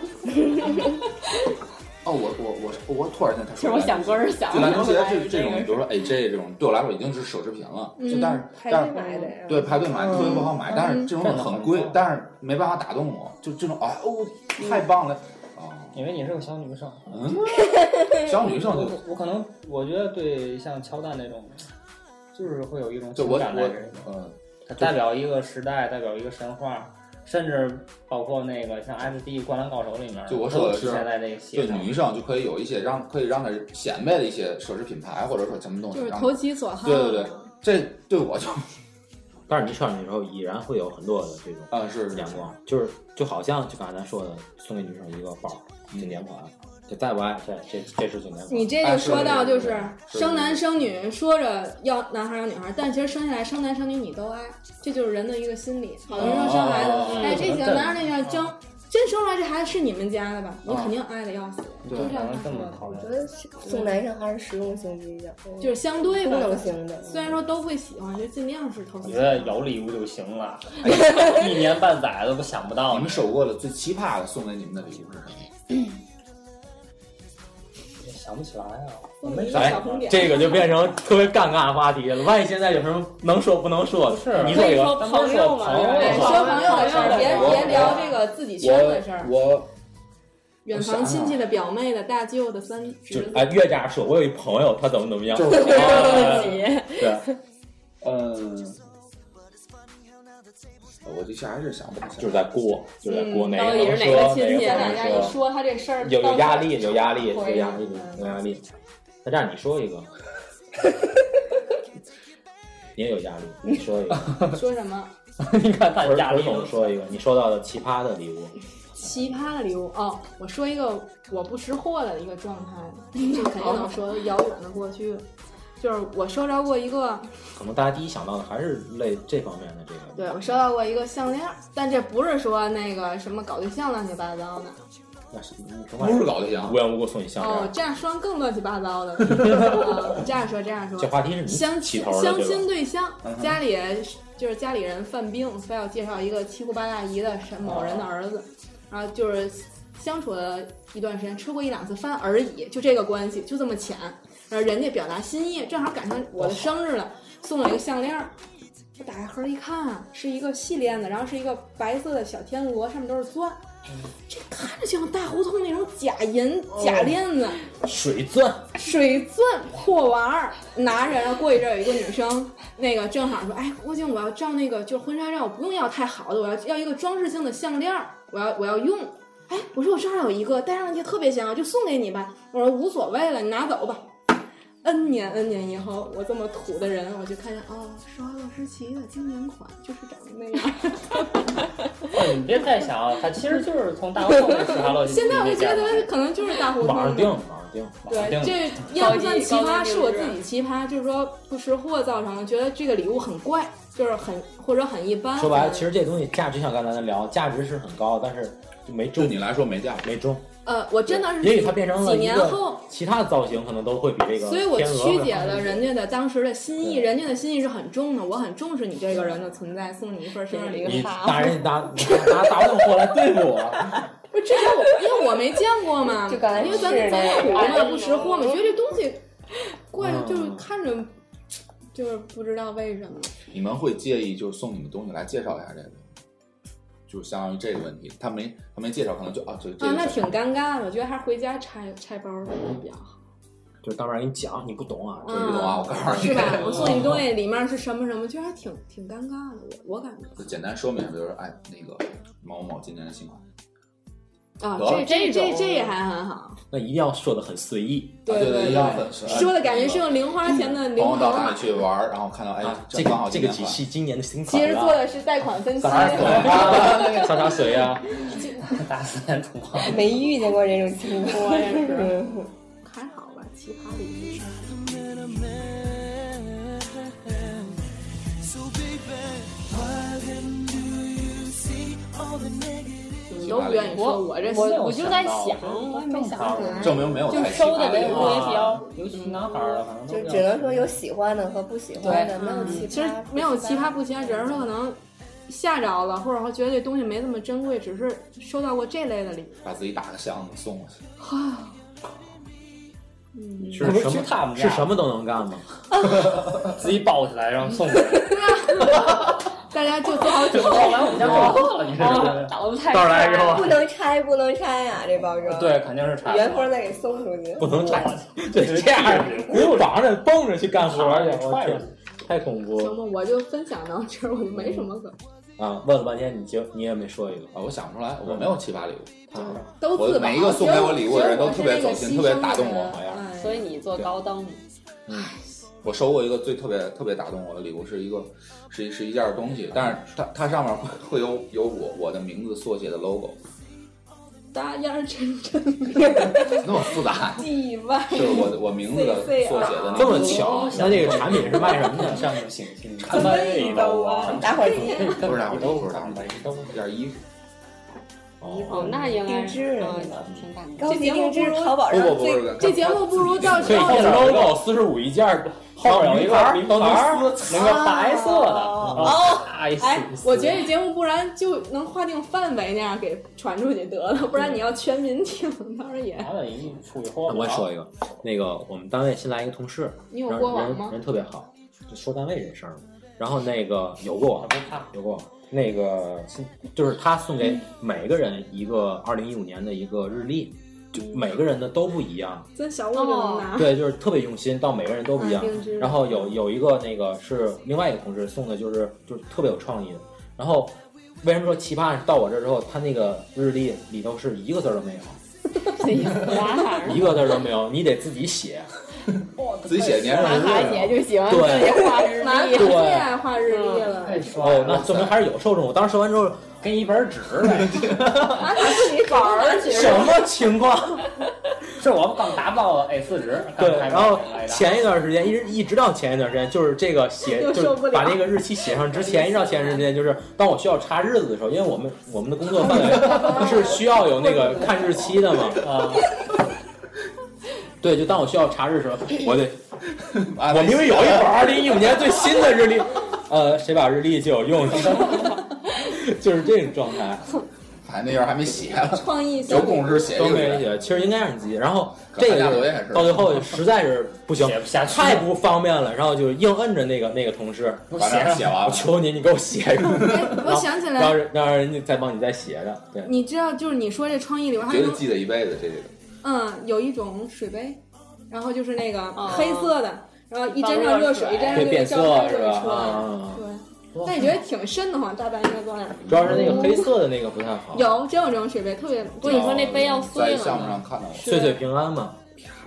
哦，我我我我突然间他其实说篮球鞋，我想歌儿想就篮球鞋来这这种， (laughs) 比个如说 AJ 这种，对我来说已经是奢侈品了。就但是排但队是买的呀。对排队买特别不好买，但是这种很贵嗯，但是没办法打动我，就这种哎哦太棒了啊！因为你是个小女生，嗯，小女生 (laughs) 就哦我我可能我觉得对像乔丹那种，就是会有一种就情我感在这里我嗯。它代表一个时代，代表一个神话，甚至包括那个像 S D《灌篮高手》里面，就我说的都是体现在这个鞋对上。女生就可以有一些让可以让她显摆的一些奢侈品牌或者说什么东西就是，让投其所好。对对对，这对我就但是你上去之后，已然会有很多的这种啊是是阳光，就是就好像就刚才咱说的，送给女生一个包儿嗯经典款，就再不爱这这这是经典款。你这就说到就是生男生女，说着要男孩要女孩，但其实生下来生男生女你都爱，这就是人的一个心理。好多人说生孩子，哎，这行男孩那样争，真生出来这孩子是你们家的吧？你肯定爱的要死，就对这样咱们这么讨我论觉。得送男生还是实用型比较，就是相对吧功。能型的。虽然说都会喜欢，就尽量是投我其觉所得好有礼物就行 (laughs) 了，哎一年半载的都想不到你呢们。收过的最奇葩的送给你们的礼物是什么？想不起来啊，我送你没一啥个小红点。哎这个就变成特别尴尬的话题了。万一现在有什么能说不能说的，是你可说以一个，说朋友嘛哎，说朋友的事儿，别我别聊这个自己圈子的事儿。我远房亲戚的表妹的大舅的三就侄子，哎，越这样说，我有一朋友，他怎么怎么样，哎就是对，嗯，我这下还是想不起来，就是在过，就是在过嗯哪到个底能是哪说，个哪亲个戚不大啊家一能说，说他这事儿，有有压力，有压力，回有压力，嗯有压力。那这样你说一个，你也有压力，你说 (laughs) 一个，说什么你看他儿压儿力总说一个，你收到的奇葩的礼物，奇葩的礼物哦。我说一个我不识货的一个状态，这肯定能说遥远的过去。就是我收到过一个，可能大家第一想到的还是类这方面的这个。对我收到过一个项链儿，但这不是说那个什么搞对象乱七八糟的那是不是搞对象无，缘无故送你项哦链，，这样说更乱七八糟 (laughs) 的。啊这样说这样说这，话题是你相起亲头的相对吧亲？对象嗯，哼家里就是家里人犯病，非要介绍一个七姑八大姨的什某人的儿子，然后就是相处了一段时间，吃过一两次饭而已，就这个关系，就这么浅。然后人家表达心意，正好赶上我的生日了，送了一个项链儿。我打开盒儿一看，是一个细链子，然后是一个白色的小天鹅，上面都是钻。嗯这看着就像大胡同那种假银哦假链子，水钻，水钻破玩意儿，拿着，然后过一阵儿有一个女生，那个正好说，哎，郭靖，我要照那个就是婚纱照，我不用要太好的，我要要一个装饰性的项链儿，我要我要用。哎，我说我这儿有一个，戴上去特别想要，就送给你吧。我说无所谓了，你拿走吧。N 年 N 年以后，我这么土的人，我就看见哦，是华洛世奇的经典款，就是长得那 (laughs) 样。哦你别太想啊，他其实就是从大胡同吃哈喽。现在我就觉得可能就是大胡同网上的订，网上订。对，这要不算奇葩，是我自己奇葩，就是说不识货造成的，觉得这个礼物很怪，就是很或者很一般。说白了，其实这东西价值像刚才咱聊，价值是很高，但是就没对中，你来说没价值。没中。呃，我真的是也许它变成了几一年个后，其他的造型可能都会比这个所以我天鹅曲会解好了一些人家的当时的心意，对人家的心意是很重的，我很重视你这个人的存在，送你一份生日礼物。你大人你拿拿大动货来对付我，不是，之前我因为我没见过嘛， (laughs) 就刚才因为咱是们咱那也土个嘛，不识货嘛，觉得这东西怪，嗯就是看着就是不知道为什么。你们会介意就是送你们东西来介绍一下这个，就是相当于这个问题，他没他没介绍，可能就啊就这啊，个那事挺尴尬的，我觉得还是回家拆拆包儿比较好，就是当面给你讲，你不懂啊，这儿不懂啊，我告诉你，嗯是吧？我送你东西，里面是什么什么，就还挺挺尴尬的，我我感觉就简单说明，就是哎那个某某今年的新款，啊，得这这这这种这也还很好，那一定要说的很随意，啊对对，要对，粉丝嗯说的感觉是用零花钱的零朋头友到哪买里，去玩儿，然后看到哎啊，这刚个好这今个年体款系今年的新其款实做了，的是贷款分期洒，洒水啊，洒洒水啊，大自然土豪。嗯没遇见过这种情况，我也是嗯还好吧，奇葩的一个。 So baby, why then do you see all the negative? 你都不愿意说，我这我我就在想，我我也没想到出来。证明没有就太收的奇葩没有礼物啊多也比较，尤其男孩儿反正都就比较只能说有喜欢的和不喜欢的，没有奇葩。嗯其实没有奇葩不奇葩，只是说可能吓着了，或者说觉得这东西没那么珍贵，只是收到过这类的礼物。把自己打个箱子送过去，嗯，是不是什去他们么家是什么都能干吗？自己包起来，然后送给人。大家就做好准后备。来我们家过户哦了，你知道吗？脑子哦太到来之后不能拆，不能拆呀、这包装。，对，肯定是差。原封再给送出去。不能拆，对这样鼓掌着蹦着去干活儿去，我踹着天，太恐怖行了吧，我就分享到这儿，我就没什么可，啊！问了半天，你就你也没说一个，啊，我想不出来，我没有奇葩礼物，都自我保。每一个送给我礼物的人都特别只有我走是心那个特别打动我牺牲的人好像哎所以你做高登，我收过一个最特别特别打动我的礼物，是一个是一是一件东西，但是它它上面会会有有我我的名字缩写的 logo，大眼真真那么复杂，意外，就是我的我名字的缩写的那个这么巧，哦那这个产品是卖什么 (laughs) 的？上面请请看味道啊， (laughs) 打火机不是打火机，不是打看火味道。机，一件衣服。嗯哦，那应该是定制的嗯那种挺大的。高级定制，淘宝不上不不最是，这节目不如到可以到看 logo 四十五一件儿，后面有一个名牌儿，那个白色的哦，哎哎，我觉得节目不然就能划定范围那样给传出去得了，不然你要全民听，当然也。咱俩一出去喝，我说一个，那个我们单位新来一个同事，你有人过往人吗人特别好，就说单位这事儿嘛。然后那个有过我往，不怕，有过往，那个就是他送给每个人一个二零一五年的一个日历，就嗯每个人的都不一样。咱小屋就能拿，对，就是特别用心，到每个人都不一样啊定制。然后有有一个那个是另外一个同事送的，就是就是特别有创意的。然后为什么说奇葩？是到我这之后，他那个日历里头是一个字儿都没有， (laughs) 哇，一个字儿都没有，你得自己写。自己写年份男孩姐就喜啊欢对自己画日男历的对最爱画日历了，太帅哦，那了，证明还是有受众。我当时说完之后，跟一本纸 (laughs) 来，拿自己玩儿去。什么情况？是我们刚达到了 A 四十，对，刚才然后买来的前一段时间，一直一直到前一段时间，就是这个写， (laughs) 又就受不是了把那个日期写上之前，一直到前一段时间，就是当我需要查日子的时候，因为我们我们的工作范围是需要有那个看日期的嘛。啊，对，就当我需要查日的时候，我得，啊我明明有一本二零一五年最新的日历，呃，谁把日历借我用一下？ (laughs) 就是这种状态。反正那页还没写，创意小有功夫时写都一个没人月。写，其实应该让你自己。然后这个寒假就作业也是到最后实在是不行，写不下去，太不方便了，然后就硬摁着那个那个同事，不反写正写了，完我了，求你，你给我写 (laughs) 一个，哎我想起然后来，人让人家再帮你再写着。对，你知道，就是你说这创意里边还绝对能，记得一辈子这个。嗯，有一种水杯，然后就是那个哦黑色的，然后一沾上热水，一沾可上以那个变胶色片是就吧？会出啊来。啊，啊对，但你觉得挺深的慌，大半夜光亮。主要是那个黑色的那个不太好。有真有这种水杯，特别我跟你说那杯要碎在项目了上看到过，岁岁平安嘛，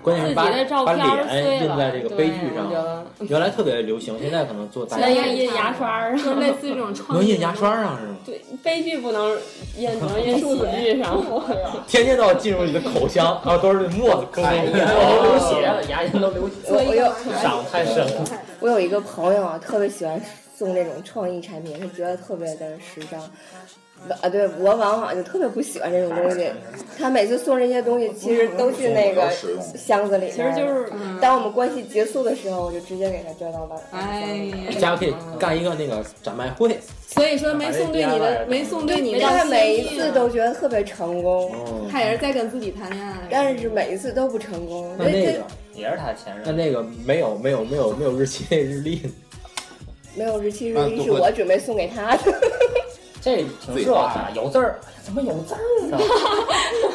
关键是把自己的照把片儿脸碎印了在这个杯具对上我觉，得原来特别流行，现在可能做大那现要在家印牙刷儿 (laughs) 就啊，是类似于这种创能意。印牙刷上是吗？对，悲剧不能印，只能印数字剧 (laughs) 上。 (laughs) 天天都要进入你的口腔，然后都是沫子，牙都流血了，牙龈都流血，做一我有个可爱伤太深了，我有一个朋友啊，特别喜欢送这种创意产品，他觉得特别的时尚。啊，对我往往就特别不喜欢这种东西，他每次送这些东西，其实都去那个箱子里面。其实就是嗯当我们关系结束的时候，我就直接给他交到碗。哎呀家可以干一个那个展卖会，所以说没送对你的，没送对你的，他每一次都觉得特别成功，哦，他也是在跟自己谈恋爱。但是每一次都不成功。啊那那这哎个也是他前那任，那个没有没有没有没有日期那日历，没有日期日啊那历就是会我准备送给他的，这挺热的，有字儿，啊怎么有字儿 (laughs) 呢？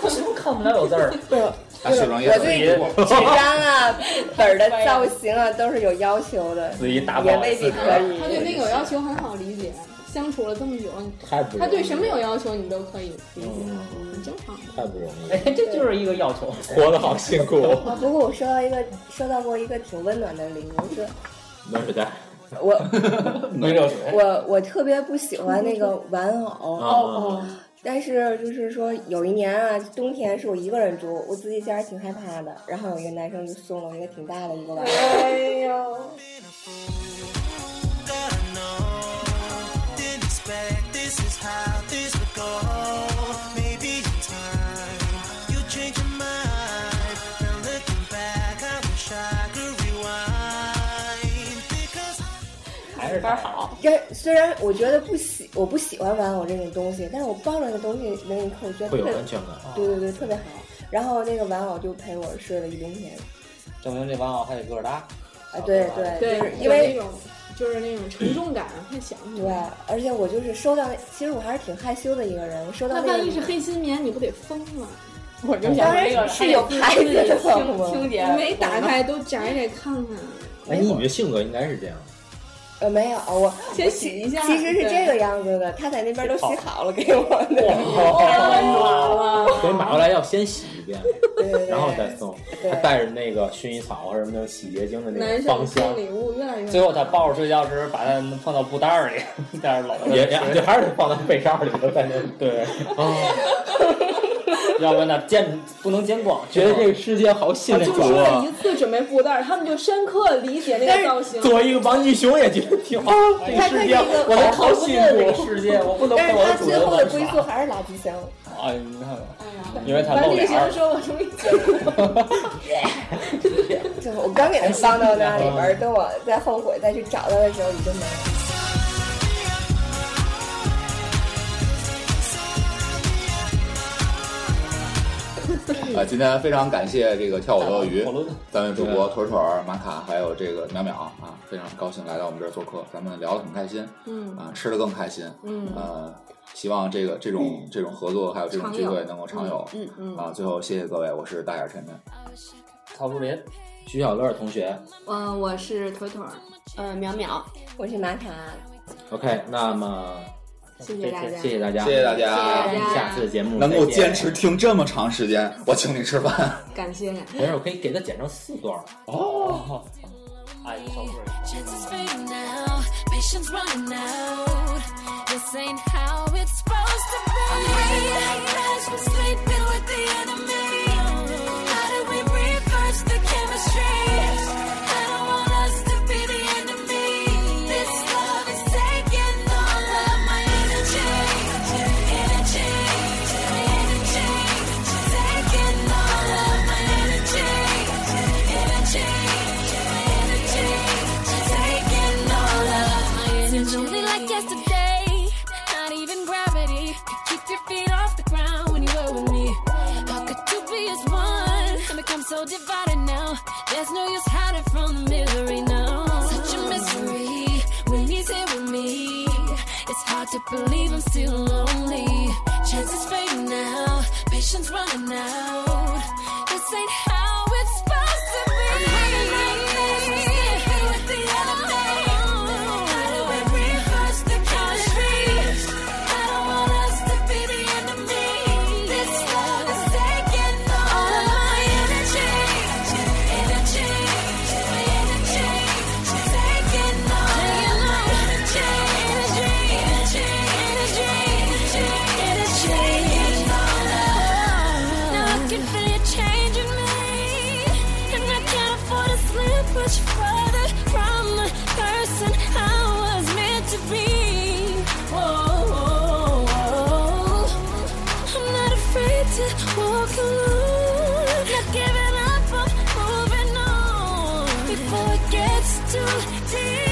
什么看不了有字 (laughs) 儿？啊，雪庄也我有对纸张 (laughs) 啊、本儿的造型啊都是有要求的，自己打包也未必可以。他对那个有要求很好理解，相处了这么久，太不容易了他对什么有要求你都可以理解，嗯很正常。太不容易了，哎，这就是一个要 (laughs) 求，活得好辛苦。啊，不过我收到一个收到过一个挺温暖的礼物，是暖水袋，我没热水，我我特别不喜欢那个玩偶，哦但是就是说有一年啊，冬天是我一个人住，我自己家挺害怕的，然后有一个男生就送了我一个挺大的一个玩偶，哎呦， that I know. Didn't expect this is how this would go. Maybe in time you change your mind. Now looking back, I wish I could rewind because. 还是他好，这虽然我觉得不喜我不喜欢玩偶这种东西，但是我抱着那个东西那一刻，我觉得会特有别安全感。对对对特别好。然后那个玩偶就陪我睡了一冬天，证明这玩偶还得个儿大，啊，对对，对就是，有因为那种就是那种沉重感，啊太想你。对，啊而且我就是收到那，其实我还是挺害羞的一个人。我收到那那万个一，是黑心棉，你不得疯了？我就当然是有牌子的清清洁，每打开都摘摘看看。哎，你你的性格应该是这样，呃，没有，我先洗一下其实是这对个样子的，他在那边都洗好了给我的，太哦暖了。所以买回来要先洗一遍，对对对，然后再送，对还带着那个薰衣草或者什么洗洁精的那男个芳生香送，礼物越来越最后他抱着睡觉时，把它放到布袋儿里，但是老也也 (laughs) 对，还是得放到被罩里头，在那对，啊，要不然他见不能见光，觉得这个世界好新就潮是啊了！一次准备布袋儿，他们就深刻理解那个造型。作为一个王继雄，也觉得挺啊，这个他世这界个我的好辛这个苦，世界我不能但被是我他的主最人后的归玩宿还是垃圾箱，耍。哎，你看看，因为他露完，这脸个儿人，说：“我终于结束了。就我刚给他放到那里边儿，等我再后悔再去找他的时候，已经没了。啊，今天非常感谢这个跳舞的鳄鱼火炉，三位主播腿腿、马卡还有这个淼淼啊，非常高兴来到我们这儿做客，咱们聊得很开心，嗯啊，吃的更开心，嗯呃，希望这个这种这种合作还有这种聚会能够长久，嗯嗯，啊，最后谢谢各位，我是大眼晨晨，曹竹林，徐小乐同学嗯，我是腿腿儿，呃，淼淼，我是玛卡， ，OK，那么谢谢大家，谢谢大家，谢谢大家，谢谢大家下次节目能够再见坚持，听这么长时间，我请你吃饭。感谢。没事，我可以给他剪成四段儿。哦，哎，小树林。 Chances fading now, patience running out. This ain't how it's supposed to be. I'm hiding like clouds from sleeping with the enemy. How do we reverse the chemistry? I don't want us to be the enemy. This love is taking all of my energy, energy, energy. Taking all of my energy, energy, energy. Taking all of my energy. only like yesterday. Not even gravity could keep your feet off the ground when you were with me. How could two be as one? And become so divided now. There's no use hiding from the misery now. Such a mystery when he's here with me. It's hard to believe I'm still lonely. Chances fading now, patience running out. This ain't how it's supposed to be. Changing me and I can't afford to slip much further from the person I was meant to be. Whoa, whoa, whoa. I'm not afraid to walk alone. Not giving up, I'm moving on before it gets too deep. Oh,